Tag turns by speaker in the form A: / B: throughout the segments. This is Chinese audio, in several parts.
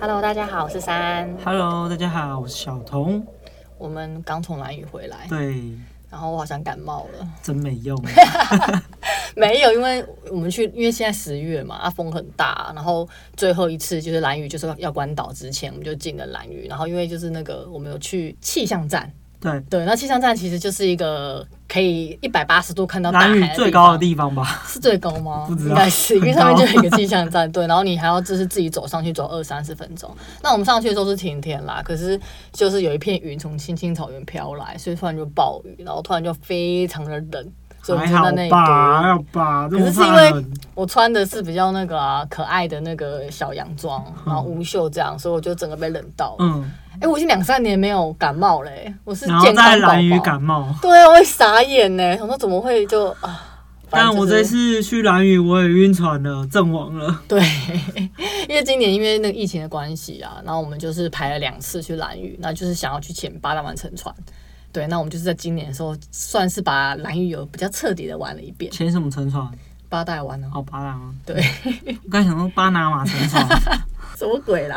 A: Hello，大家好，我是三。
B: Hello，大家好，我是小童。
A: 我们刚从蓝屿回来，
B: 对，
A: 然后我好像感冒了。
B: 真没 用。
A: 没有，因为我们去，因为现在十月嘛，啊风很大，然后最后一次就是蓝屿，就是要关岛之前，我们就进了蓝屿。然后因为就是那个我们有去气象站，
B: 对，
A: 对，那气象站其实就是一个可以一百八十度看到大海
B: 蓝
A: 的
B: 屿
A: 地
B: 最
A: 方
B: 高的地方吧？
A: 是最高吗？
B: 不知道
A: 应该是因为
B: 很
A: 上
B: 高
A: 面就有一个气象站，对，然后 你还要就是自己走上去，走二三十分钟。那我们上去的时候是晴天啦，可是就是有一片云从青青草原飘来，所以突然就暴雨，然后突然就非常的冷，所以我
B: 还
A: 们就
B: 好
A: 在那里
B: 吧，还
A: 躲。
B: 好吧。
A: 可是是
B: 这么
A: 因
B: 怕
A: 为
B: 冷
A: 我穿的是比较那个啊可爱的那个小洋装，然后无袖这样，所以我就整个被冷到了。
B: 嗯，
A: 哎、我已经两三年没有感冒嘞、我是
B: 然后
A: 健康
B: 在
A: 宝宝。
B: 蓝屿感冒。
A: 对啊，我会傻眼呢、想说怎么会就啊？反正
B: 但我
A: 就是
B: 这次去蓝屿，我也晕船了，阵亡了。
A: 对， 因为今年因为那个疫情的关系啊，然后我们就是排了两次去蓝屿，那就是想要去前八大湾沉船。对，那我们就是在今年的时候，算是把蓝屿有比较彻底的玩了一遍，
B: 前什么沉船？
A: 八大湾呢、
B: 哦，巴拿马。
A: 对，
B: 我刚才想说巴拿马沉船，
A: 什么鬼啦？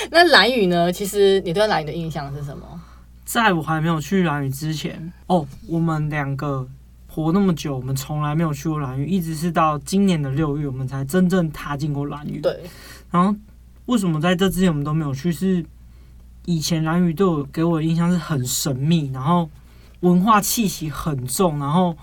A: 那蓝屿呢？其实你对蓝屿的印象是什么？
B: 嗯在我还没有去蓝屿之前，哦，我们两个活那么久，我们从来没有去过蓝屿，一直是到今年的六月，我们才真正踏进过蓝屿。
A: 对，
B: 然后为什么在这之前我们都没有去？是以前蓝屿对我给我的印象是很神秘，然后文化气息很重，然后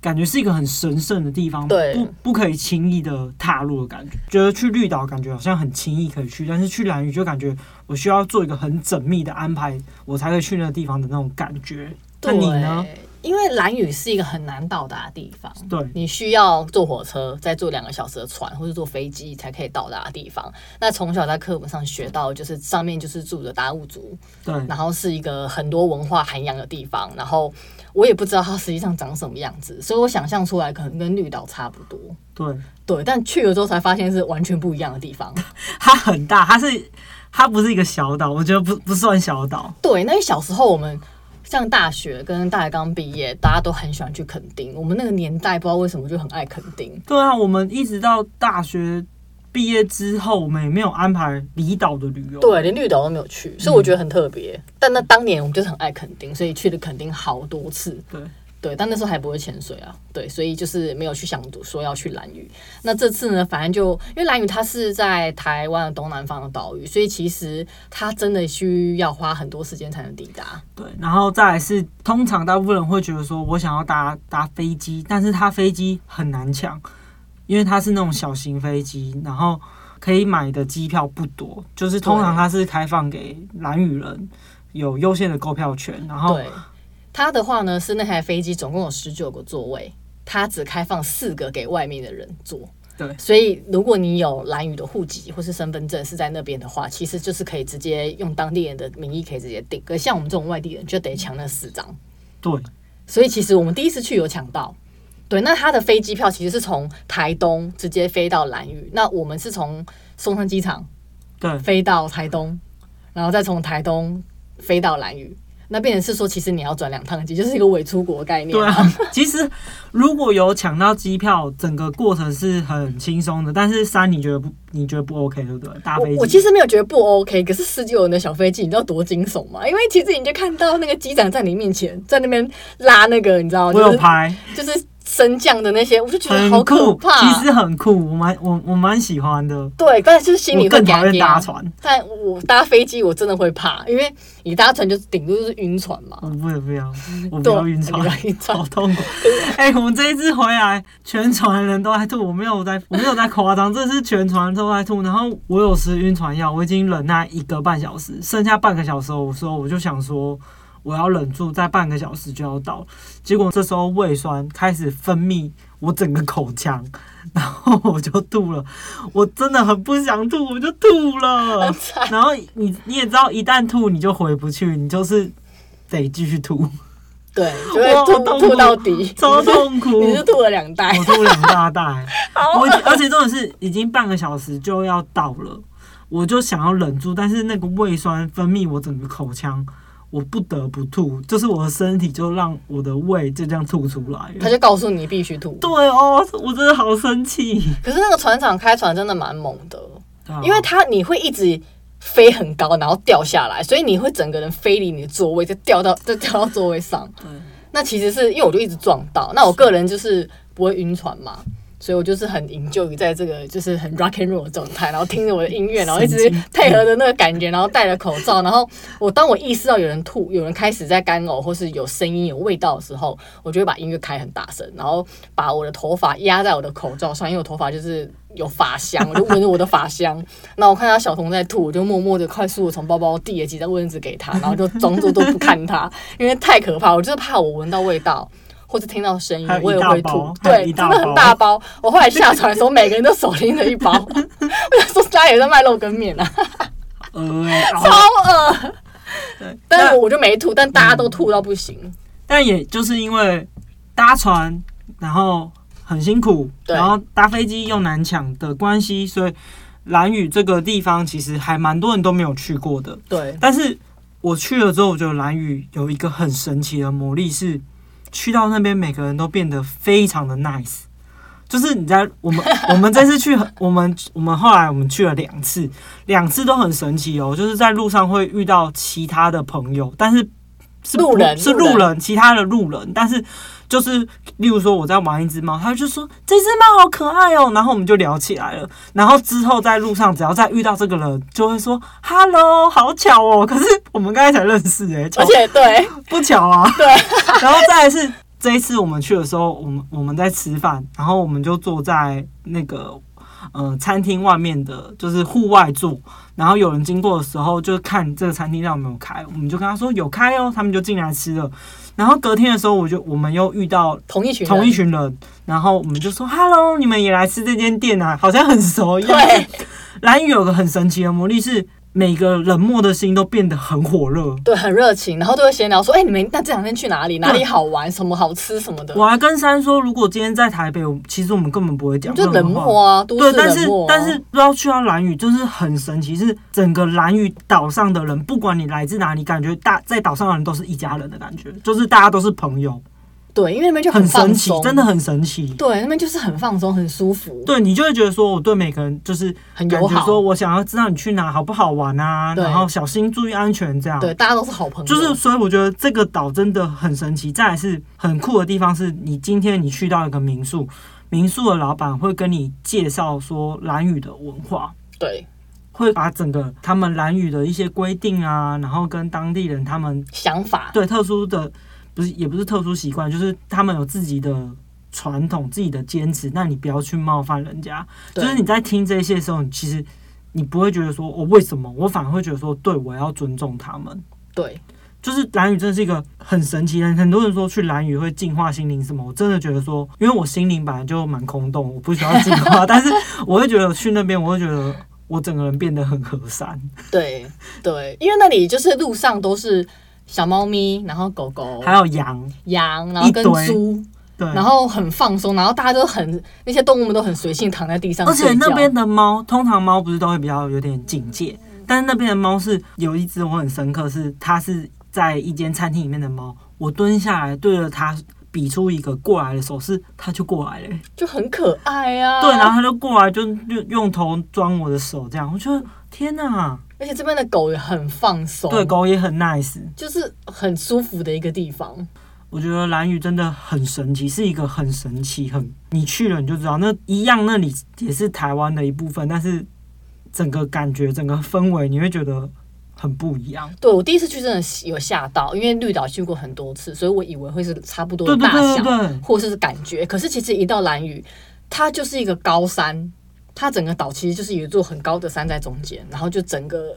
B: 感觉是一个很神圣的地方，
A: 对
B: 不不可以轻易的踏入的感觉。觉得去绿岛感觉好像很轻易可以去，但是去蓝屿就感觉我需要做一个很缜密的安排，我才可以去那个地方的那种感觉。那你呢？
A: 对？因为蓝屿是一个很难到达的地方，
B: 对
A: 你需要坐火车，再坐两个小时的船，或是坐飞机才可以到达的地方。那从小在课本上学到，就是上面就是住着达悟族，
B: 对，
A: 然后是一个很多文化涵养的地方，然后我也不知道它实际上长什么样子，所以我想象出来可能跟绿岛差不多。
B: 对，
A: 对，但去了之后才发现是完全不一样的地方。
B: 它很大，它是它不是一个小岛，我觉得不不算小岛。
A: 对，那因为小时候我们像大学跟大学刚毕业，大家都很喜欢去垦丁。我们那个年代不知道为什么就很爱垦丁。
B: 对啊，我们一直到大学毕业之后，我们也没有安排离岛的旅游。，
A: 对，连绿岛都没有去，所以我觉得很特别。但那当年我们就是很爱垦丁，所以去了垦丁好多次。
B: 对
A: 对，但那时候还不会潜水啊，对，所以就是没有去想说要去兰屿。那这次呢，反正就因为兰屿它是在台湾的东南方的岛屿，所以其实它真的需要花很多时间才能抵达。
B: 对，然后再来是，通常大部分人会觉得说，我想要搭搭飞机，但是它飞机很难抢，因为它是那种小型飞机，然后可以买的机票不多，就是通常
A: 对
B: 它是开放给蓝屿人有优先的购票权，然后
A: 对，它的话呢是那台飞机总共有十九个座位，它只开放四个给外面的人坐。
B: 对
A: 所以如果你有蓝屿的户籍或是身份证是在那边的话，其实就是可以直接用当地人的名义可以直接订。可是像我们这种外地人就得抢那四张。
B: 对
A: 所以其实我们第一次去有抢到。对，那他的飞机票其实是从台东直接飞到兰屿，那我们是从松山机场
B: 对
A: 飞到台东，然后再从台东飞到兰屿。那变成是说，其实你要转两趟机，就是一个伪出国概念
B: 对。啊， 其实如果有抢到机票，整个过程是很轻松的。但是三，你觉得不？你觉得不 OK 对不对？搭
A: 我
B: 飞机，
A: 我其实没有觉得不 OK，可是十九人的小飞机，你知道多惊悚吗？因为其实你就看到那个机长在你面前，在那边拉那个，你知道，
B: 我
A: 就
B: 有
A: 是
B: 拍，
A: 就是升降的那些，我就觉得
B: 很
A: 好可
B: 酷，
A: 怕。
B: 其实很酷，我蛮我我蛮喜欢的。
A: 对，但是就是心里
B: 我
A: 会
B: 更讨
A: 嘎
B: 厌搭
A: 嘎。
B: 船，
A: 但我搭飞机我真的会怕，因为你搭船就是顶多就是晕船嘛。
B: 我不要不要，我 不
A: 对，
B: 要晕船
A: 你不。要晕船
B: 好。 痛苦！哎、我们这一次回来，全船人都在吐，我没有在，我没有在夸张，这是全船都在吐。然后我有吃晕船药，我已经忍耐一个半小时，剩下半个小时，我说我就想说我要忍住，再半个小时就要到。结果这时候胃酸开始分泌我整个口腔，然后我就吐了，我真的很不想吐，我就吐了。然后你你也知道，一旦吐你就回不去，你就是得继续吐，
A: 对，就
B: 哇
A: 会
B: 好
A: 吐
B: 痛
A: 吐
B: 苦
A: 到底，
B: 超痛苦。
A: 你是吐了两袋。
B: 我吐两大 袋，我已经而且重点是已经半个小时就要到了，我就想要忍住，但是那个胃酸分泌我整个口腔，我不得不吐，就是我的身体就让我的胃就这样吐出来
A: 他
B: 了。
A: 就告诉你必须吐。
B: 对哦，我真的好生气，
A: 可是那个船长开船真的蛮猛的，
B: 对啊
A: 因为他你会一直飞很高，然后掉下来，所以你会整个人飞离你的座位，就掉到 就掉到座位上。
B: 对，
A: 那其实是因为我就一直撞到，那我个人就是不会晕船嘛，所以我就是很营救于在这个就是很 rock and roll 的状态，然后听着我的音乐，然后一直
B: 神经
A: 配合着那个感觉，然后戴着口罩，然后我当我意识到有人吐，有人开始在干呕，或是有声音有味道的时候，我就会把音乐开很大声，然后把我的头发压在我的口罩上，因为我头发就是。有发香，我就闻着我的发香。那我看到小童在吐，我就默默的快速的从包包递了几张卫生纸给他，然后就装作都不看 他，因为太可怕，我就是怕我闻到味道。或者听到声音
B: 还，有
A: 我也
B: 一大
A: 会
B: 包
A: 吐，
B: 还有
A: 对，
B: 一
A: 真
B: 大
A: 的很大包。我后来下船的时候，每个人都手拎着一包，我想说大家也在卖肉羹面啊，
B: 呃、欸，然后
A: 超恶。
B: 对，
A: 但是
B: 但
A: 我就没吐，但大家
B: 嗯
A: 都吐到不行。
B: 但也就是因为搭船，然后很辛苦，
A: 对
B: 然后搭飞机又难抢的关系，所以蓝屿这个地方其实还蛮多人都没有去过的。
A: 对，
B: 但是我去了之后，我觉得蓝屿有一个很神奇的魔力是，去到那边每个人都变得非常的 nice。就是你在我们 我们这次去很，我们我们后来我们去了两次，两次都很神奇哦。就是在路上会遇到其他的朋友，但是是不
A: 路人
B: 是
A: 路人
B: 路人，其他的路人，但是就是例如说我在玩一只猫，他就说这只猫好可爱哦，然后我们就聊起来了。然后之后在路上只要再遇到这个人，就会说 “hello”，好巧哦。可是我们刚才才认识哎、巧
A: 而且对
B: 不巧啊？
A: 对，
B: 然后再来是这一次我们去的时候，我们我们在吃饭，然后我们就坐在那个呃餐厅外面的，就是户外座。然后有人经过的时候，就看这个餐厅到底有没有开，我们就跟他说有开哦，他们就进来吃了。然后隔天的时候，我就我们又遇到
A: 同一群人
B: 同一群人，然后我们就说 “hello”，你们也来吃这间店啊，好像很熟一样。
A: 对
B: 蓝宇有个很神奇的魔力是。每个冷漠的心都变得很火热，
A: 对很热情，然后都会闲聊说：“哎，你们那这两天去哪里？哪里好玩？什么好吃什么的
B: 我还跟珊说，如果今天在台北，我其实我们根本不会？”讲
A: 就
B: 任何
A: 冷
B: 话
A: 漠啊，都
B: 对，
A: 市
B: 但
A: 冷
B: 是
A: 漠啊。
B: 但是不要去到蓝屿，就是很神奇，是整个蓝屿岛上的人，不管你来自哪里，感觉大在岛上的人都是一家人的感觉，就是大家都是朋友，
A: 对，因为那边就
B: 很
A: 放
B: 神奇
A: 松，，
B: 真的。很神奇。
A: 对，那边就是很放松，很舒服，
B: 对你就会觉得说，我对每个人就是
A: 很
B: 感
A: 友
B: 觉
A: 好。
B: 说我想要知道你去哪好不好玩啊，
A: 对
B: 然后小心注意安全这样。
A: 对，大家都是好朋友。
B: 就是，所以我觉得这个岛真的很神奇。再来是很酷的地方是，你今天你去到一个民宿，民宿的老板会跟你介绍说蓝屿的文化，
A: 对，
B: 会把整个他们蓝屿的一些规定啊，然后跟当地人他们
A: 想法
B: 对特殊的不是也不是特殊习惯，就是他们有自己的传统、自己的坚持，那你不要去冒犯人家。
A: 对
B: 就是你在听这些的时候，你其实你不会觉得说我、为什么，我反而会觉得说对我要尊重他们。
A: 对，
B: 就是蓝屿真的是一个很神奇的，很多人说去蓝屿会净化心灵什么，我真的觉得说，因为我心灵本来就蛮空洞，我不需要净化， 但是我会觉得去那边，我会觉得我整个人变得很和善，
A: 对对，因为那里就是路上都是小猫咪，然后狗狗、
B: 还有羊，
A: 羊，然后跟
B: 一堆
A: 猪，
B: 对，
A: 然后很放松，然后大家都很那些动物们都很随性躺在地上
B: 而
A: 睡觉。
B: 且那边的猫，通常猫不是都会比较有点警戒，但是那边的猫是有一只我很深刻，是它是在一间餐厅里面的猫，我蹲下来对着它比出一个过来的手势，它就过来了、
A: 就很可爱啊。
B: 对，然后他就过来，就用用头装我的手，这样，我觉得天哪，
A: 而且这边的狗也很放松，
B: 对，狗也很 nice。
A: 就是很舒服的一个地方。
B: 我觉得蓝屿真的很神奇，是一个很神奇，很你去了你就知道，那一样那里也是台湾的一部分，但是整个感觉、整个氛围，你会觉得很不一样。
A: 对我第一次去真的有吓到，因为绿岛去过很多次，所以我以为会是差不多
B: 对
A: 的
B: 对
A: 大
B: 对
A: 小，
B: 对对，
A: 或是感觉。可是其实一到兰屿，它就是一个高山，它整个岛其实就是有一座很高的山在中间，然后就整个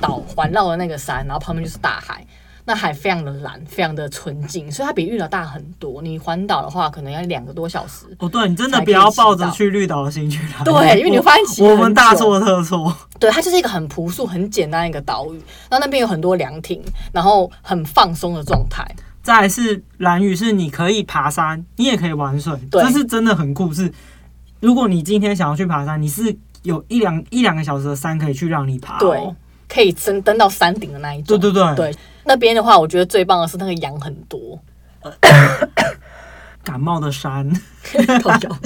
A: 岛环绕了那个山，然后旁边就是大海。那海非常的蓝，非常的纯净，所以它比绿岛大很多。你环岛的话，可能要两个多小时。
B: 哦，对你真的
A: 才
B: 不
A: 可以
B: 要
A: 骑
B: 抱着
A: 到
B: 去绿岛的心去蓝屿，
A: 对因为你
B: 我
A: 会发现骑
B: 我
A: 很
B: 们大
A: 久
B: 错特错。
A: 对，它就是一个很朴素、很简单的一个岛屿。那那边有很多凉亭，然后很放松的状态。
B: 再来是蓝屿，是你可以爬山，你也可以玩水，
A: 对
B: 这是真的很酷。是如果你今天想要去爬山，你是有一两一两个小时的山可以去让你爬、
A: 对
B: 哦。
A: 可以登登到山顶的那一种。
B: 对对对
A: 对，那边的话，我觉得最棒的是那个羊很 多，
B: 感冒的山
A: 靠腰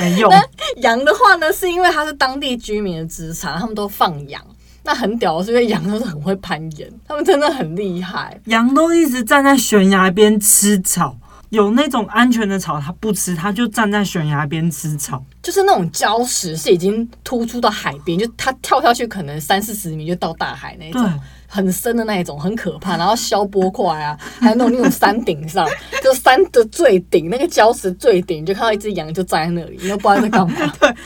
B: 没用，
A: 羊的话呢，是因为它是当地居民的资产，他们都放羊，那很屌的是，因为羊都是很会攀岩，他们真的很厉害。
B: 羊都一直站在悬崖边吃草，有那种安全的草它不吃，它就站在悬崖边吃草。
A: 就是那种礁石是已经突出到海边，就它跳下去可能三四十米就到大海那一
B: 对
A: 种，，很深的那一种，很可怕。然后消波块啊， 还有那种那种山顶上，就山的最顶那个礁石最顶，你就看到一只羊就站在那里，你都不知道在干 嘛。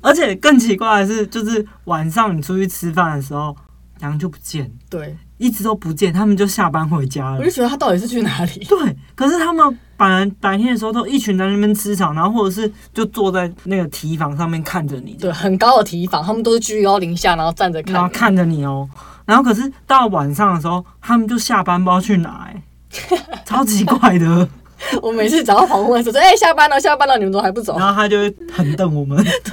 B: 而且更奇怪的是，就是晚上你出去吃饭的时候，羊就不见了，
A: 对，
B: 一直都不见，他们就下班回家了
A: 我就。觉得它到底是去哪里？
B: 对，可是他们本来白天的时候都一群在那边吃草，然后或者是就坐在那个提防上面看着你，
A: 对，很高的提防，他们都是居高临下，然后站着
B: 然后
A: 看。
B: 看着你哦。然后可是到晚上的时候，他们就下班不知道去 哪、欸，超奇怪的。
A: 我每次找到黄昏的时候，说：“哎、下班了，下班了，你们怎么还不走
B: 然后他就会很瞪我们。？”
A: 对，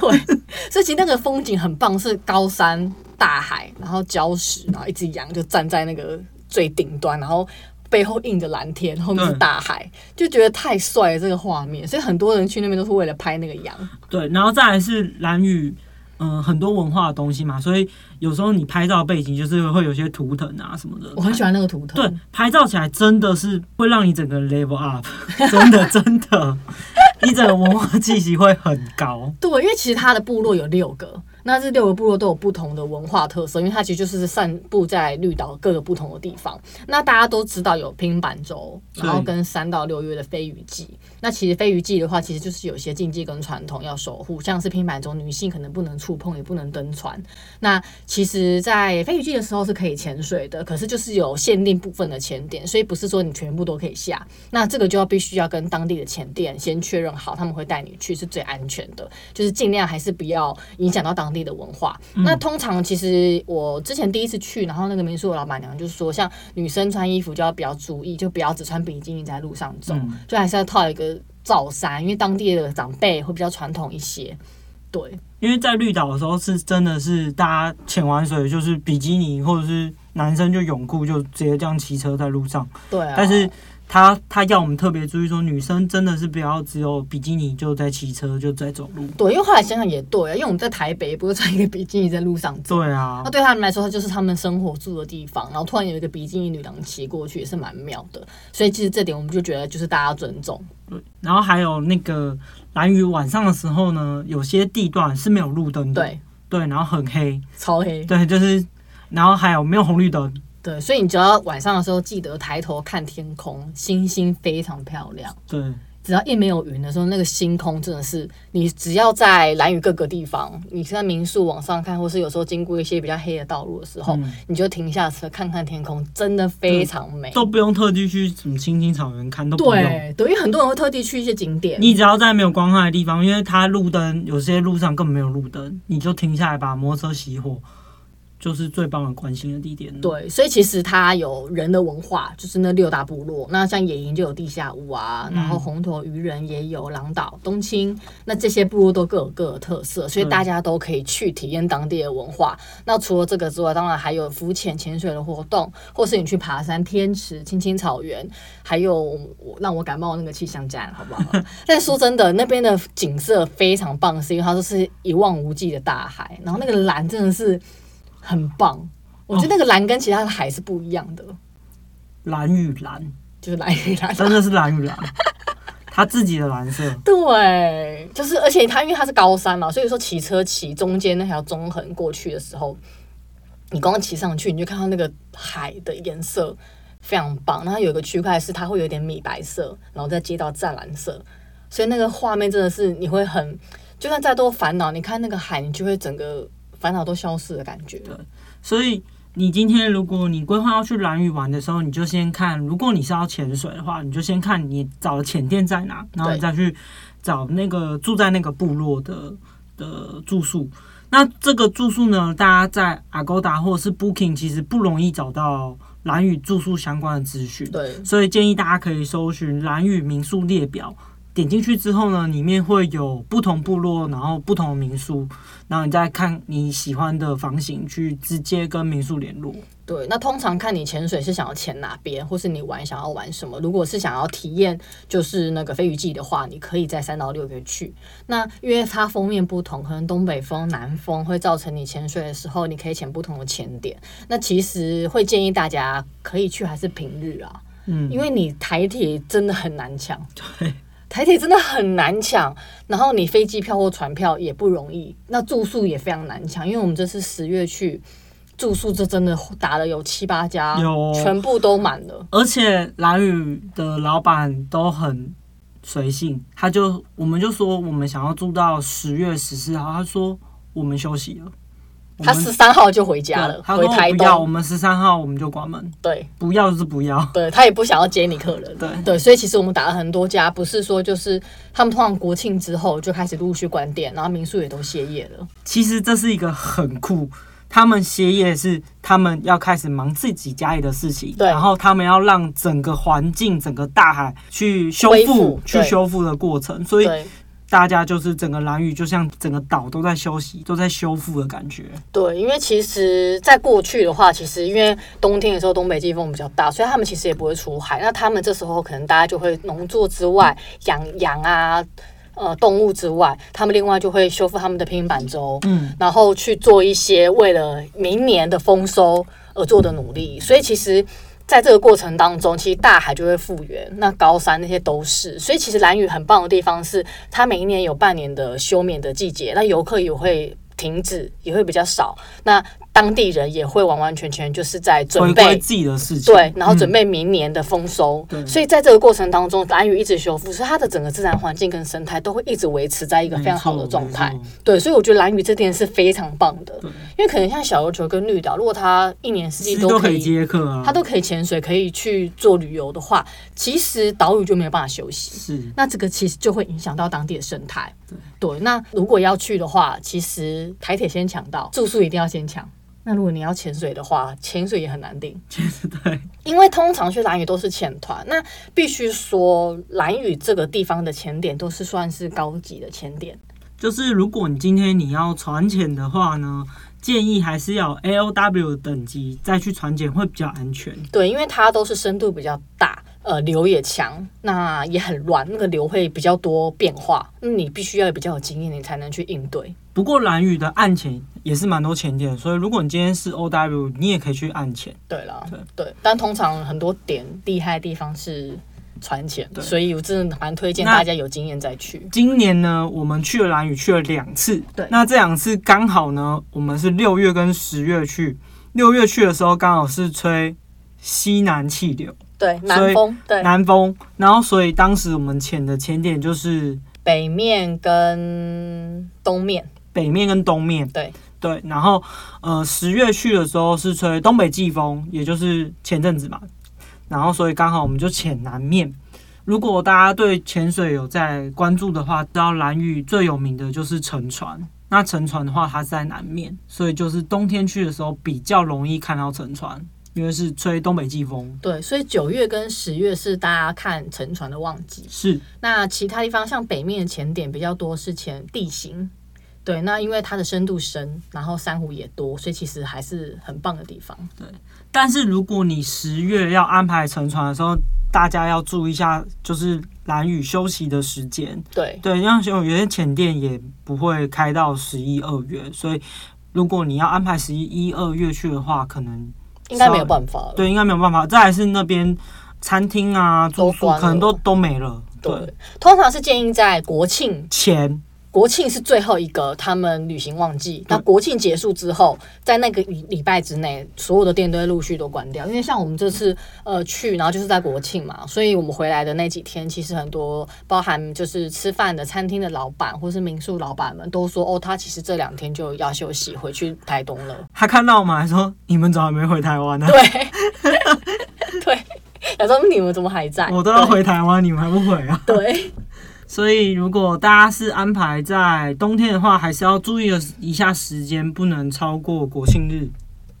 A: 所以其实那个风景很棒，是高山、大海，然后礁石，然后一只羊就站在那个最顶端，然后背后映着蓝天，后面是
B: 对
A: 大海，就觉得太帅了这个画面。所以很多人去那边都是为了拍那个羊。
B: 对，然后再来是蓝雨，嗯、很多文化的东西嘛，所以有时候你拍照背景就是会有些图腾啊什么的。
A: 我很喜欢那个图腾。
B: 对，拍照起来真的是会让你整个 level up，真 的真的，你整个文化气息会很高。
A: 对，因为其实它的部落有六个，那这六个部落都有不同的文化特色，因为它其实就是散布在绿岛各个不同的地方。那大家都知道有拼板舟，
B: 对
A: 然后跟三到六月的飞鱼季。那其实飞鱼季的话，其实就是有一些禁忌跟传统要守护，像是拼板舟，女性可能不能触碰，也不能登船。那其实，在飞鱼季的时候是可以潜水的，可是就是有限定部分的潜点，所以不是说你全部都可以下。那这个就要必须要跟当地的潜店先确认好，他们会带你去是最安全的，就是尽量还是不要影响到当地的文化。那
B: 嗯
A: 通常其实我之前第一次去，然后那个民宿的老板娘就说，像女生穿衣服就要比较注意，就不要只穿比基尼在路上走，
B: 嗯
A: 就还是要套一个罩衫，因为当地的长辈会比较传统一些。对，
B: 因为在绿岛的时候是真的是大家潜完水就是比基尼或者是男生就泳裤就直接这样骑车在路上，
A: 对啊。
B: 但是他他要我们特别注意说女生真的是不要只有比基尼就在骑车就在走路。
A: 对，因为后来想想也对啊，因为我们在台北也不会穿一个比基尼在路上走。
B: 对啊
A: 那，对他们来说，它就是他们生活住的地方。然后突然有一个比基尼女郎骑过去，也是蛮妙的。所以其实这点我们就觉得就是大家尊重。
B: 然后还有那个蓝雨晚上的时候呢，有些地段是没有路灯的，
A: 对，
B: 对，然后很黑，
A: 超黑。
B: 对，就是，然后还有没有红绿灯，
A: 对，所以你只要晚上的时候记得抬头看天空，星星非常漂亮。
B: 对，
A: 只要一没有云的时候，那个星空真的是，你只要在蓝屿各个地方，你在民宿往上看，或是有时候经过一些比较黑的道路的时候，
B: 嗯
A: 你就停下车看看天空，真的非常美。
B: 都不用特地去什么青青草原看，都不用。
A: 对对，因为很多人会特地去一些景点，
B: 你只要在没有光害的地方，因为它路灯有些路上根本没有路灯，你就停下来把摩托车熄火，就是最棒的关心的地点了。
A: 对，所以其实它有人的文化，就是那六大部落。那像野营就有地下屋啊，然后红头渔人也有，狼岛、东青，那这些部落都各有各的特色，所以大家都可以去体验当地的文化。那除了这个之外，当然还有浮潜、潜水的活动，或是你去爬山、天池、青青草原，还有我让我感冒的那个气象站，好不 好？但说真的，那边的景色非常棒，是因为它就是一望无际的大海，然后那个蓝真的是很棒。我觉得那个蓝跟其他的海是不一样的，
B: 蓝与蓝，
A: 就是蓝与蓝。
B: 真的是蓝与蓝，它自己的蓝色。
A: 对，就是而且它因为它是高山嘛，所以说骑车骑中间那条中横过去的时候，你刚刚骑上去，你就看到那个海的颜色非常棒。然后有一个区块是它会有点米白色，然后再接到湛蓝色，所以那个画面真的是你会很，就算再多烦恼，你看那个海，你就会整个烦恼都消失的感觉。
B: 所以你今天如果你规划要去蓝屿玩的时候，你就先看，如果你是要潜水的话，你就先看你找的潜店在哪，然后你再去找那个住在那个部落的的住宿。那这个住宿呢，大家在 Agoda 或者是 Booking 其实不容易找到蓝屿住宿相关的资讯，
A: 对
B: 所以建议大家可以搜寻蓝屿民宿列表。点进去之后呢，里面会有不同部落，然后不同的民宿，然后你再看你喜欢的房型去直接跟民宿联络。
A: 对，那通常看你潜水是想要潜哪边，或是你玩想要玩什么。如果是想要体验就是那个飞鱼季的话，你可以在三到六月去。那因为它封面不同，可能东北风、南风会造成你潜水的时候，你可以潜不同的潜点。那其实会建议大家可以去还是平日啊，
B: 嗯，
A: 因为你台铁真的很难 抢。台铁真的很难抢，然后你飞机票或船票也不容易，那住宿也非常难抢，因为我们这次十月去。住宿这真的打了有七八家，
B: 有
A: 全部都满了。
B: 而且蓝宇的老板都很随性，他就我们就说我们想要住到十月十四号，他说我们休息了，我
A: 他
B: 们
A: 十三号就回家
B: 对
A: 了，
B: 他
A: 回
B: 说
A: 台
B: 不要，我
A: 东。
B: 们十三号我们就关门，
A: 对
B: 不要就是不要，
A: 对，他也不想要接你客人。
B: 对
A: 对，所以其实我们打了很多家，不是说就是他们通常国庆之后就开始陆续关店，然后民宿也都歇业了。
B: 其实这是一个很酷。他们歇业是他们要开始忙自己家里的事情，
A: 对
B: 然后他们要让整个环境、整个大海去修
A: 恢
B: 复
A: 复、
B: 去
A: 对
B: 修复的过程，所以
A: 对
B: 大家就是整个蓝屿，就像整个岛都在休息、都在修复的感觉。
A: 对，因为其实，在过去的话，其实因为冬天的时候东北季风比较大，所以他们其实也不会出海。那他们这时候可能大家就会农作之外养羊啊，呃，动物之外，他们另外就会修复他们的平板舟，
B: 嗯，
A: 然后去做一些为了明年的丰收而做的努力。所以其实。在这个过程当中，其实大海就会复原，那高山那些都是。所以其实蓝屿很棒的地方是，它每一年有半年的休眠的季节，那游客也会停止，也会比较少。那当地人也会完完全全就是在准
B: 回
A: 备
B: 归自己的事情。嗯
A: 对，然后准备明年的丰收。
B: 对
A: 所以在这个过程当中，蓝屿一直修复，所以它的整个自然环境跟生态都会一直维持在一个非常好的状态
B: 没错没错。
A: 对，所以我觉得蓝屿这点是非常棒的
B: 对，
A: 因为可能像小琉球跟绿岛，如果它一年四
B: 其
A: 季
B: 实都
A: 都
B: 可
A: 可
B: 以
A: 以。
B: 接客啊。
A: 它都可以潜水，可以去做旅游的话，其实岛屿就没有办法休息。
B: 是
A: 那这个其实就会影响到当地的生态。对，那如果要去的话，其实台铁先抢到，住宿一定要先抢。那如果你要潜水的话，潜水也很难定，
B: 对，
A: 因为通常去蓝屿都是潜团，那必须说蓝屿这个地方的潜点都是算是高级的潜点。
B: 就是如果你今天你要船潜的话呢，建议还是要 A O W 等级再去船潜会比较安全。
A: 对，因为它都是深度比较大，呃，流也强，那也很乱，那个流会比较多变化，那你必须要比较有经验，你才能去应对。
B: 不过蓝屿的岸潜也是蛮多潜点，所以如果你今天是 O W，你也可以去岸潜。
A: 对啦，
B: 对
A: 对，但通常很多点厉害的地方是船潜，
B: 对
A: 所以我真的蛮推荐
B: 那
A: 大家有经验再去。
B: 今年呢，我们去了蓝屿去了两次，
A: 对
B: 那这两次刚好呢，我们是六月跟十月去，六月去的时候刚好是吹西南气流。
A: 对，
B: 所
A: 南
B: 以
A: 风，对，
B: 南风，然后所以当时我们潜的潜点就是
A: 北面跟东面，
B: 北面跟东面，
A: 对
B: 对，然后呃十月去的时候是吹东北季风，也就是前阵子嘛，然后所以刚好我们就潜南面。如果大家对潜水有在关注的话，知道蓝屿最有名的就是沉船。那沉船的话，它是在南面，所以就是冬天去的时候比较容易看到沉船，因为是吹东北季风。
A: 对，所以九月跟十月是大家看沉船的旺季。
B: 是，
A: 那其他地方像北面的潜点比较多是潜地形，对，那因为它的深度深，然后珊瑚也多，所以其实还是很棒的地方。
B: 但是如果你十月要安排乘船的时候，大家要注意一下，就是蓝雨休息的时间。
A: 对
B: 对，像有有些浅店也不会开到十一二月，所以如果你要安排十一一二月去的话，可能
A: 应该没有办法了。
B: 对应该没有办法。再来是那边餐厅啊、住
A: 都
B: 宿
A: 关了
B: 可能都都没了。对，
A: 对，通常是建议在国庆
B: 钱
A: 国庆是最后一个他们旅行旺季，那国庆结束之后，在那个礼礼拜之内，所有的店都会陆续都关掉。因为像我们这次呃去，然后就是在国庆嘛，所以我们回来的那几天，其实很多包含就是吃饭的餐厅的老板或是民宿老板们都说，哦，他其实这两天就要休息，回去台东了。
B: 他看到我们还说：“你们怎么还没回台湾呢、
A: 对，对， 想说你们怎么还在？
B: 我都要回台湾，你们还不回啊？”
A: 对。对
B: 所以，如果大家是安排在冬天的话，还是要注意一下时间，不能超过国庆日。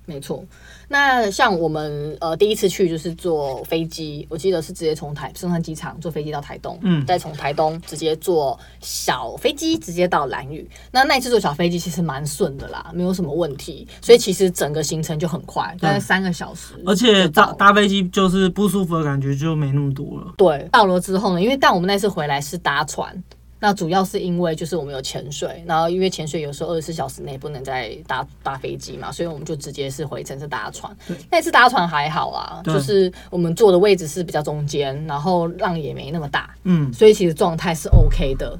A: 没错，那像我们呃第一次去就是坐飞机，我记得是直接从台松山机场坐飞机到台东，
B: 嗯
A: 再从台东直接坐小飞机直接到兰屿。那那一次坐小飞机其实蛮顺的啦，没有什么问题，所以其实整个行程就很快，大概三个小时就到了。
B: 嗯而且搭搭飞机就是不舒服的感觉就没那么多了。
A: 对，到了之后呢，因为但我们那次回来是搭船，那主要是因为就是我们有潜水，然后因为潜水有时候二十四小时内不能再搭搭飞机嘛，所以我们就直接是回程是搭船。那次搭船还好啦，
B: 对
A: 就是我们坐的位置是比较中间，然后浪也没那么大，
B: 嗯，
A: 所以其实状态是 OK 的。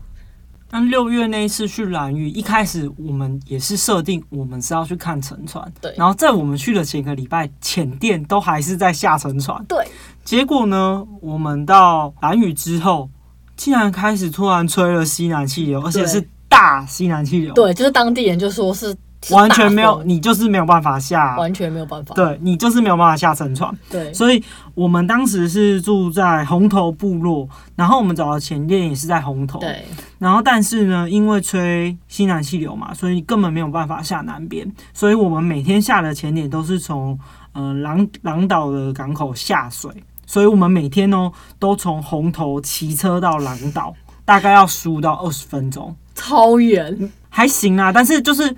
B: 那六月那一次去兰屿，一开始我们也是设定我们是要去看沉船，
A: 对
B: 然后在我们去的前个礼拜，浅店都还是在下沉船，
A: 对。
B: 结果呢，我们到兰屿之后，竟然开始突然吹了西南气流，而且是大西南气流，，
A: 对，就是当地人就说是是
B: 完
A: 大
B: 全没有，
A: 风
B: 你就是没有办法下，
A: 完全没有办法。
B: 对你就是没有办法下沉船。
A: 对
B: 所以我们当时是住在红头部落，然后我们找的前店也是在红头。
A: 对
B: 然后但是呢，因为吹西南气流嘛，所以根本没有办法下南边，所以我们每天下的潜点都是从呃狼狼岛的港口下水，所以我们每天哦都从红头骑车到狼岛，大概要十五到二十分钟，
A: 超远，
B: 还行啦。但是就是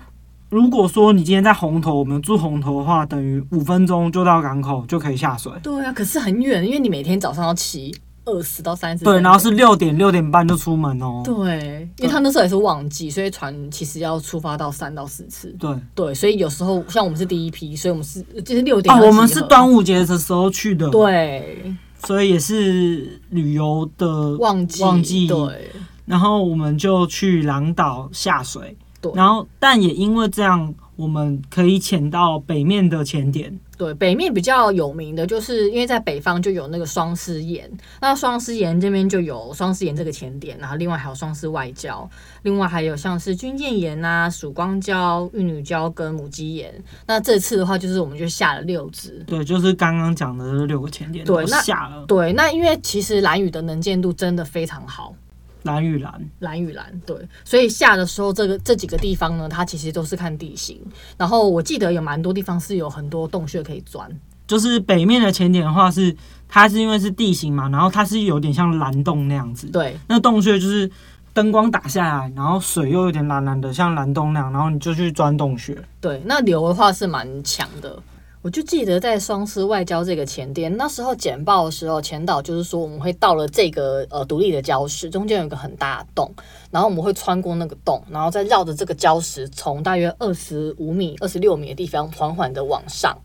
B: 如果说你今天在红头，我们住红头的话，等于五分钟就到港口就可以下水。
A: 对啊，可是很远，因为你每天早上要骑二十到三十。
B: 对，然后是六点六点半就出门哦。
A: 对，因为他那时候也是旺季，所以船其实要出发到三到四次。
B: 对，
A: 对，所以有时候像我们是第一批，所以我们是呃就是六点
B: 啊，
A: 要集合。
B: 我们是端午节的时候去的，，
A: 对
B: 所以也是旅游的
A: 旺季
B: 旺季
A: 对
B: 然后我们就去狼岛下水，
A: 对
B: 然后但也因为这样，我们可以潜到北面的潜点，
A: 对，北面比较有名的就是因为在北方就有那个双狮岩，那双狮岩这边就有双狮岩这个前点，然后另外还有双狮外礁，另外还有像是军舰岩啊、曙光礁、玉女礁跟母鸡岩。那这次的话，就是我们就下了六只，
B: 对，就是刚刚讲的这六个潜点，
A: 对
B: 然后
A: 那
B: 下了
A: 对，那因为其实蓝屿的能见度真的非常好，
B: 蓝屿蓝，
A: 蓝与蓝，对，所以下的时候，这个这几个地方呢，它其实都是看地形。然后我记得有蛮多地方是有很多洞穴可以钻，
B: 就是北面的潜点的话是，它是因为是地形嘛，然后它是有点像蓝洞那样子，
A: 对
B: 那洞穴就是灯光打下来，然后水又有点蓝蓝的，像蓝洞那样，然后你就去钻洞穴。
A: 对。那流的话是蛮强的，我就记得在双狮外交这个前店，那时候简报的时候，前导就是说我们会到了这个呃独立的礁石，中间有一个很大的洞，然后我们会穿过那个洞，然后再绕着这个礁石，从大约二十五米、二十六米的地方缓缓的往上。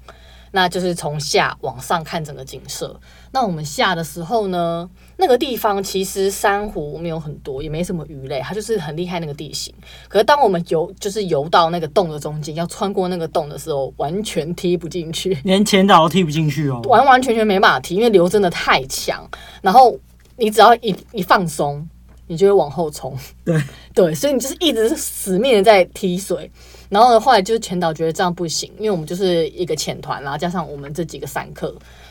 A: 那就是从下往上看整个景色。那我们下的时候呢，那个地方其实珊瑚没有很多，也没什么鱼类，它就是很厉害那个地形。可是当我们游就是游到那个洞的中间，要穿过那个洞的时候，完全踢不进去，
B: 连前导都踢不进去哦。
A: 完完全全没办法踢，因为流真的太强。然后你只要一一放松，你就会往后冲。
B: 对
A: 对，所以你就是一直死命的在踢水。然后呢，后来就是前导觉得这样不行，因为我们就是一个潜团啦，加上我们这几个散客，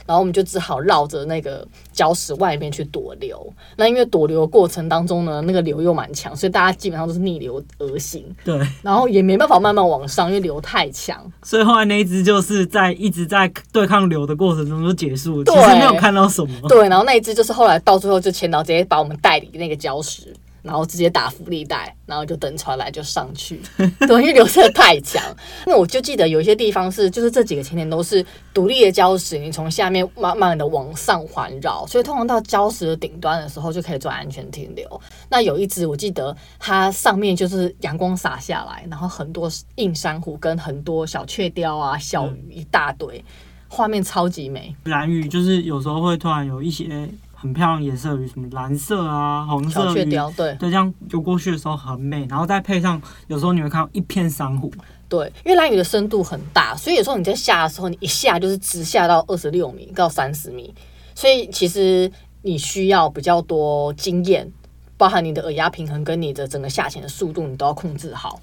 A: 然后我们就只好绕着那个礁石外面去躲流。那因为躲流的过程当中呢，那个流又蛮强，所以大家基本上都是逆流而行，
B: 对，
A: 然后也没办法慢慢往上，因为流太强。
B: 所以后来那一只就是在一直在对抗流的过程中就结束了，
A: 对
B: 其实没有看到什么。
A: 对，然后那一只就是后来到最后就前导直接把我们带离那个礁石，然后直接打浮力带，然后就等船来就上去。对，因为流色太强。那我就记得有一些地方是，就是这几个前点都是独立的礁石，你从下面慢慢的往上环绕，所以通常到礁石的顶端的时候就可以做安全停留。那有一只我记得它上面就是阳光洒下来，然后很多硬珊瑚跟很多小雀鲷啊、小鱼一大堆，画面超级美。
B: 蓝鱼啊就是有时候会突然有一些很漂亮的颜色的鱼，什么蓝色啊、红
A: 小
B: 色
A: 雀
B: 鱼，
A: 鲷，对。
B: 对，这样游过去的时候很美，然后再配上有时候你会看到一片珊瑚，
A: 对，因为蓝雨的深度很大，所以有时候你在下的时候，你一下就是直下到二十六米到三十米，所以其实你需要比较多经验，包含你的耳压平衡跟你的整个下潜的速度，你都要控制好。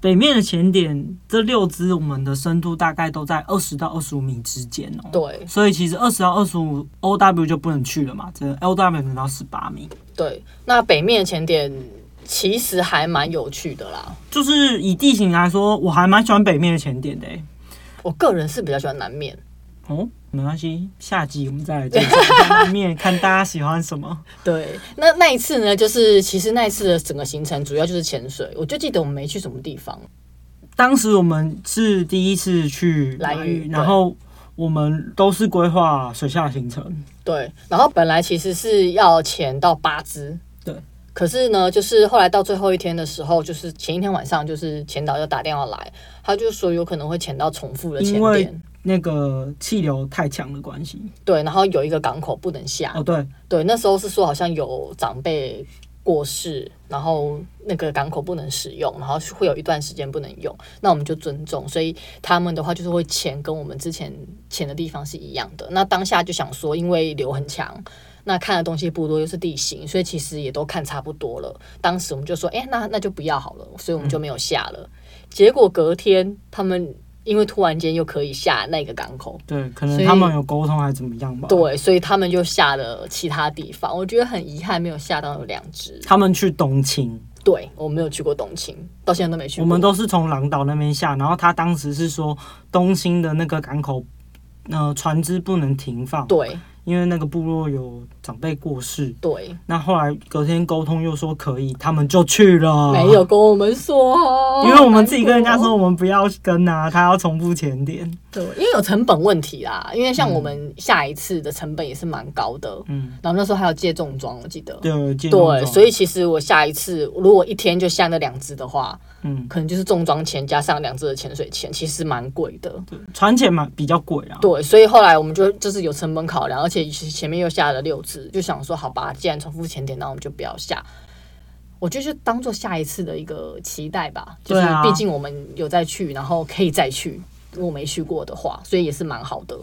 B: 北面的潜点，这六只我们的深度大概都在二十到二十五米之间哦。
A: 对
B: 所以其实二十到二十五 O W 就不能去了嘛，只能 L W 能到十八米。
A: 对，那北面的潜点其实还蛮有趣的啦。
B: 就是以地形来说，我还蛮喜欢北面的潜点的、欸。
A: 我个人是比较喜欢南面，
B: 哦，没关系，下集我们再来介绍一下拉面，看大家喜欢什么。
A: 对，那那一次呢，就是其实那一次的整个行程主要就是潜水，我就记得我们没去什么地方，
B: 当时我们是第一次去
A: 兰
B: 兰
A: 屿
B: 屿
A: 对
B: 然后我们都是规划水下行程，
A: 对，然后本来其实是要潜到八只，
B: 对，
A: 可是呢，就是后来到最后一天的时候，就是前一天晚上，就是潜导就打电话来，他就说有可能会潜到重复的潜
B: 因为
A: 点，
B: 那个气流太强的关系。
A: 对，然后有一个港口不能下，
B: 哦，对，
A: 对，那时候是说好像有长辈过世，然后那个港口不能使用，然后是会有一段时间不能用，那我们就尊重，所以他们的话就是会潜跟我们之前潜的地方是一样的。那当下就想说，因为流很强。那看的东西不多，又是地形，所以其实也都看差不多了。当时我们就说，哎、那那就不要好了，所以我们就没有下了。结果隔天他们因为突然间又可以下那个港口，
B: 对，可能
A: 所以
B: 他们有沟通还是怎么样吧。，
A: 对，所以他们就下了其他地方，我觉得很遗憾没有下到有两只。
B: 他们去东青，
A: 对我没有去过东青，到现在都没去过。
B: 我们都是从狼岛那边下，然后他当时是说东兴的那个港口，呃，船只不能停放，
A: 对
B: 因为那个部落有长辈过世。
A: 对、
B: 那后来隔天沟通又说可以，他们就去了，
A: 没有，跟我们说，
B: 因为我们自己跟人家
A: 难过
B: 说我们不要跟啊，他要重复前点，
A: 对，因为有成本问题啦。因为像我们下一次的成本也是蛮高的，
B: 嗯，
A: 然后那时候还有借重装，我记得。
B: 对，借用
A: 对，
B: 这种
A: 所以其实我下一次如果一天就下那两只的话，
B: 嗯，
A: 可能就是重装钱加上两只的潜水钱，其实蛮贵的。
B: 对，船钱嘛比较贵啊，
A: 对，所以后来我们就就是有成本考量，而且其实前面又下了六次，就想说好吧，既然重复前点，那我们就不要下。我觉得就当做下一次的一个期待吧，就是
B: 对啊
A: 毕竟我们有再去，然后可以再去。如果没去过的话，所以也是蛮好的。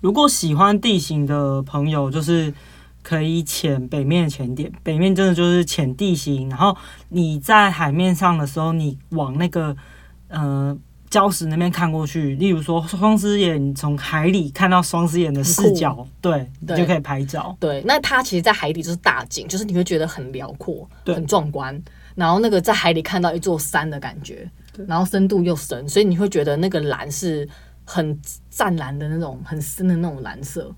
B: 如果喜欢地形的朋友，就是可以潜北面的潜点，北面真的就是潜地形。然后你在海面上的时候，你往那个呃礁石那边看过去，例如说双狮眼，你从海里看到双狮眼的视角，对你
A: 对
B: 就可以拍照。
A: 对，那它其实，在海底就是大景，就是你会觉得很辽阔、
B: 对
A: 很壮观，然后那个在海里看到一座山的感觉，然后深度又深，所以你会觉得那个蓝是很湛蓝的那种、很深的那种蓝色。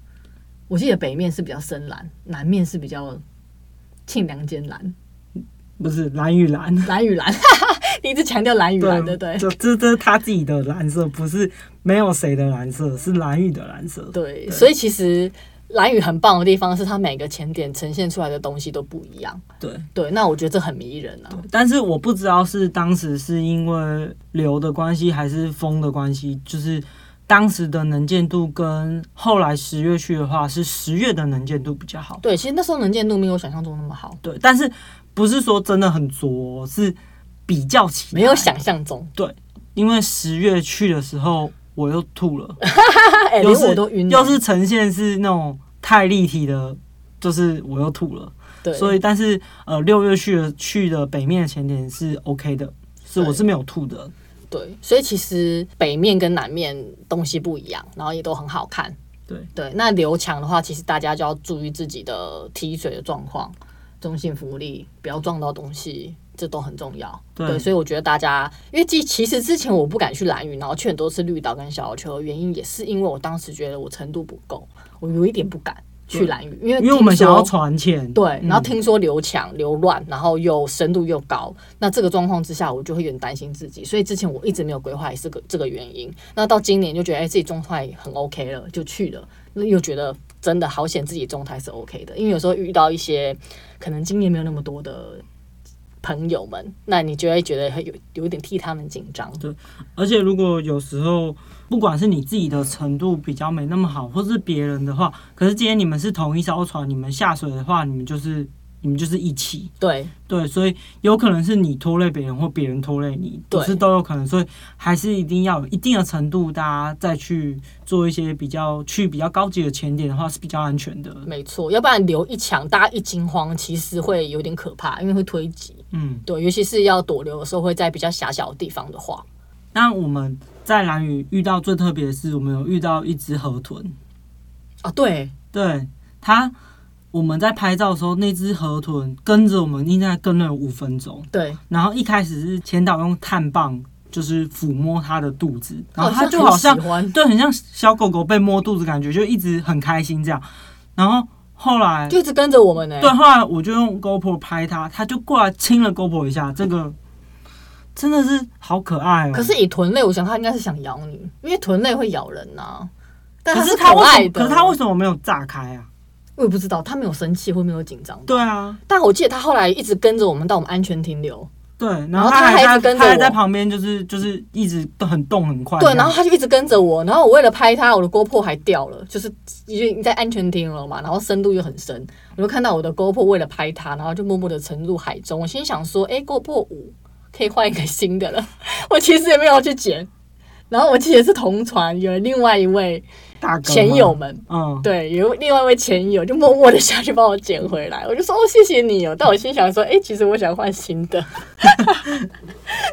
A: 我记得北面是比较深蓝，南面是比较清凉间蓝、
B: 不是蓝与蓝，
A: 蓝与蓝。 你一直强调蓝与蓝，对不对？
B: 这这这是他自己的蓝色，不是没有谁的蓝色，是蓝雨的蓝色。
A: 对，所以其实蓝雨很棒的地方是它每个前点呈现出来的东西都不一样。
B: 对。
A: 对，那我觉得这很迷人啊。
B: 但是我不知道是当时是因为流的关系还是风的关系，就是当时的能见度跟后来十月去的话，是十月的能见度比较好。
A: 对，其实那时候能见度没有想象中那么好，
B: 对，但是不是说真的很浊，是比较起来
A: 没有，想象中，
B: 因为十月去的时候我又吐了，
A: 哎、
B: 又
A: 连
B: 是
A: 我都晕了。
B: 又是呈现是那种太立体的，就是我又吐了。
A: 对，
B: 所以但是呃六月去的去的北面的前点是 OK 的，是我
A: 对
B: 是没有吐的。
A: 对，所以其实北面跟南面东西不一样，然后也都很好看。
B: 对
A: 对，那流强的话，其实大家就要注意自己的踢水的状况，中性浮力，不要撞到东西，这都很重要。
B: 对
A: 所以我觉得大家，因为其其实之前我不敢去蓝屿，然后去很多次绿岛跟小琉球，原因也是因为我当时觉得我程度不够，我有一点不敢去蓝屿，因为
B: 因为我们
A: 听
B: 想
A: 说
B: 要传钱，
A: 对，然后
B: 嗯
A: 听说流强、流乱，然后又深度又高，那这个状况之下，我就会有点担心自己，所以之前我一直没有规划，也是个这个原因。那到今年就觉得，哎，自己状态很 OK 了，就去了，那又觉得真的好险，自己状态是 OK 的，因为有时候遇到一些可能经验没有那么多的朋友们，那你就会觉得有有一点替他们紧张。
B: 而且如果有时候不管是你自己的程度比较没那么好，或是别人的话，可是今天你们是同一艘船，你们下水的话，你们就是你们就是一起，
A: 对
B: 对，所以有可能是你拖累别人，或别人拖累你，
A: 对
B: 不是都有可能，所以还是一定要有一定的程度，大家再去做一些比较去比较高级的潜点的话是比较安全的，
A: 没错，要不然流一强，大家一惊慌，其实会有点可怕，因为会推挤。
B: 嗯。
A: 对，尤其是要躲流的时候，会在比较狭小的地方的话。
B: 那我们在蓝屿遇到最特别的是，我们有遇到一只河豚。
A: 啊，对，
B: 哦对它，我们在拍照的时候，那只河豚跟着我们应该跟了有五分钟。
A: 对
B: 然后一开始是前导用碳棒就是抚摸它的肚子，然后
A: 好
B: 它
A: 像
B: 就好像
A: 很喜欢
B: 对，很像小狗狗被摸肚子，感觉就一直很开心这样。然后后来
A: 就一直跟着我们欸呢、
B: 对，后来我就用 GoPro 拍它，它就过来亲了 GoPro 一下，这个真的是好可爱哦。
A: 可是以豚类，我想它应该是想咬你，因为豚类会咬人呐、啊但
B: 可
A: 它可
B: 是它为什
A: 爱
B: 么？
A: 的，
B: 可是它为什么没有炸开啊？
A: 我也不知道，它没有生气或没有紧张。
B: 对啊，
A: 但我记得它后来一直跟着我们到我们安全停留，
B: 对，然
A: 然
B: 后
A: 后
B: 它
A: 它还一直
B: 还在
A: 跟着
B: 它还在
A: 我
B: 旁边，就是就是一直都很动很快这
A: 对，
B: 样。
A: 然后它就一直跟着我，然后我为了拍它，我的 GoPro 还掉了，就是因为在安全停留嘛，然后深度又很深，我就看到我的 GoPro 为了拍它，然后就默默的沉入海中。我心想说，哎，GoPro 五可以换一个新的了， 我其实也没有要去捡。然后我记得是同船，有另外一位
B: 大哥
A: 前
B: 吗
A: 友们，
B: 嗯，
A: 对，有另外一位前友就默默的下去帮我捡回来，我就说哦谢谢你哦，但我心想说，哎、其实我想换新的，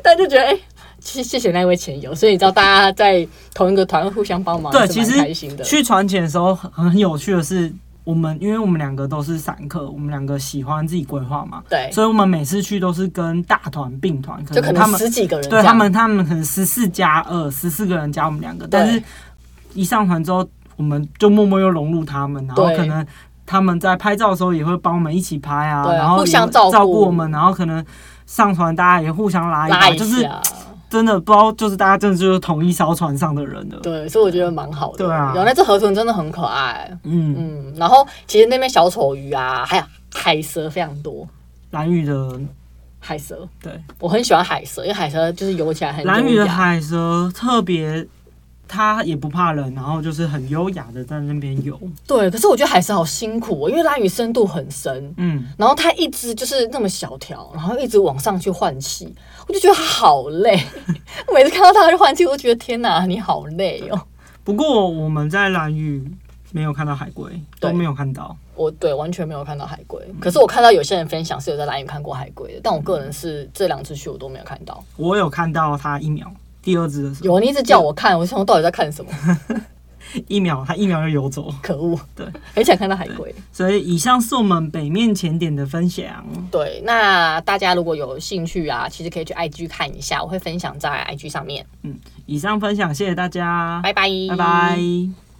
A: 但就觉得哎。谢谢谢那位前友，所以你知道大家在同一个团互相帮忙，
B: 对，
A: 是
B: 其
A: 蛮开
B: 实
A: 心的。
B: 去船前的时候很很有趣的是，我们因为我们两个都是散客，我们两个喜欢自己规划嘛，
A: 对，
B: 所以我们每次去都是跟大团并团，可
A: 就可
B: 能他
A: 能
B: 们
A: 十几个人这
B: 对
A: 样，
B: 他们他们可能十四加二十四个人加我们两个，但是一上船之后，我们就默默又融入他们，然后
A: 对
B: 可能。他们在拍照的时候也会帮我们一起拍啊，
A: 对
B: 然后
A: 互相
B: 也会
A: 照顾
B: 照顾我们，然后可能上船大家也互相拉一
A: 拉
B: 把，
A: 一
B: 就是
A: 下，
B: 真的不知道，就是大家真的就是同一艘船上的人了。
A: 对，所以我觉得蛮好的。
B: 对啊
A: 然后那只河豚真的很可爱，
B: 嗯，
A: 嗯，然后其实那边小丑鱼啊，还有海蛇非常多，
B: 蓝雨的
A: 海蛇
B: 对，
A: 我很喜欢海蛇，因为海蛇就是游起来很
B: 蓝
A: 优
B: 雨的
A: 雅
B: 海蛇特别，它也不怕人，然后就是很优雅的在那边游。
A: 对，可是我觉得海参好辛苦、哦，因为拉鱼深度很深，
B: 嗯，
A: 然后它一直就是那么小条，然后一直往上去换气，我就觉得它好累。 我每次看到它去换气，我就觉得天哪，你好累哦。
B: 不过我们在蓝雨没有看到海龟，
A: 对
B: 都没有看到。
A: 我对完全没有看到海龟，可是我看到有些人分享是有在蓝屿看过海龟的，但我个人是这两次去我都没有看到。
B: 我有看到它一秒，第二只的时候
A: 有啊人一直叫我看，我想我到底在看什么？
B: 一秒，它一秒就游走。
A: 可恶，
B: 对，
A: 很想看到海龟。
B: 所以以上是我们北面前点的分享。
A: 对，那大家如果有兴趣啊，其实可以去 IG 看一下，我会分享在 IG 上面。
B: 以上分享，谢谢大家，
A: 拜拜，
B: 拜拜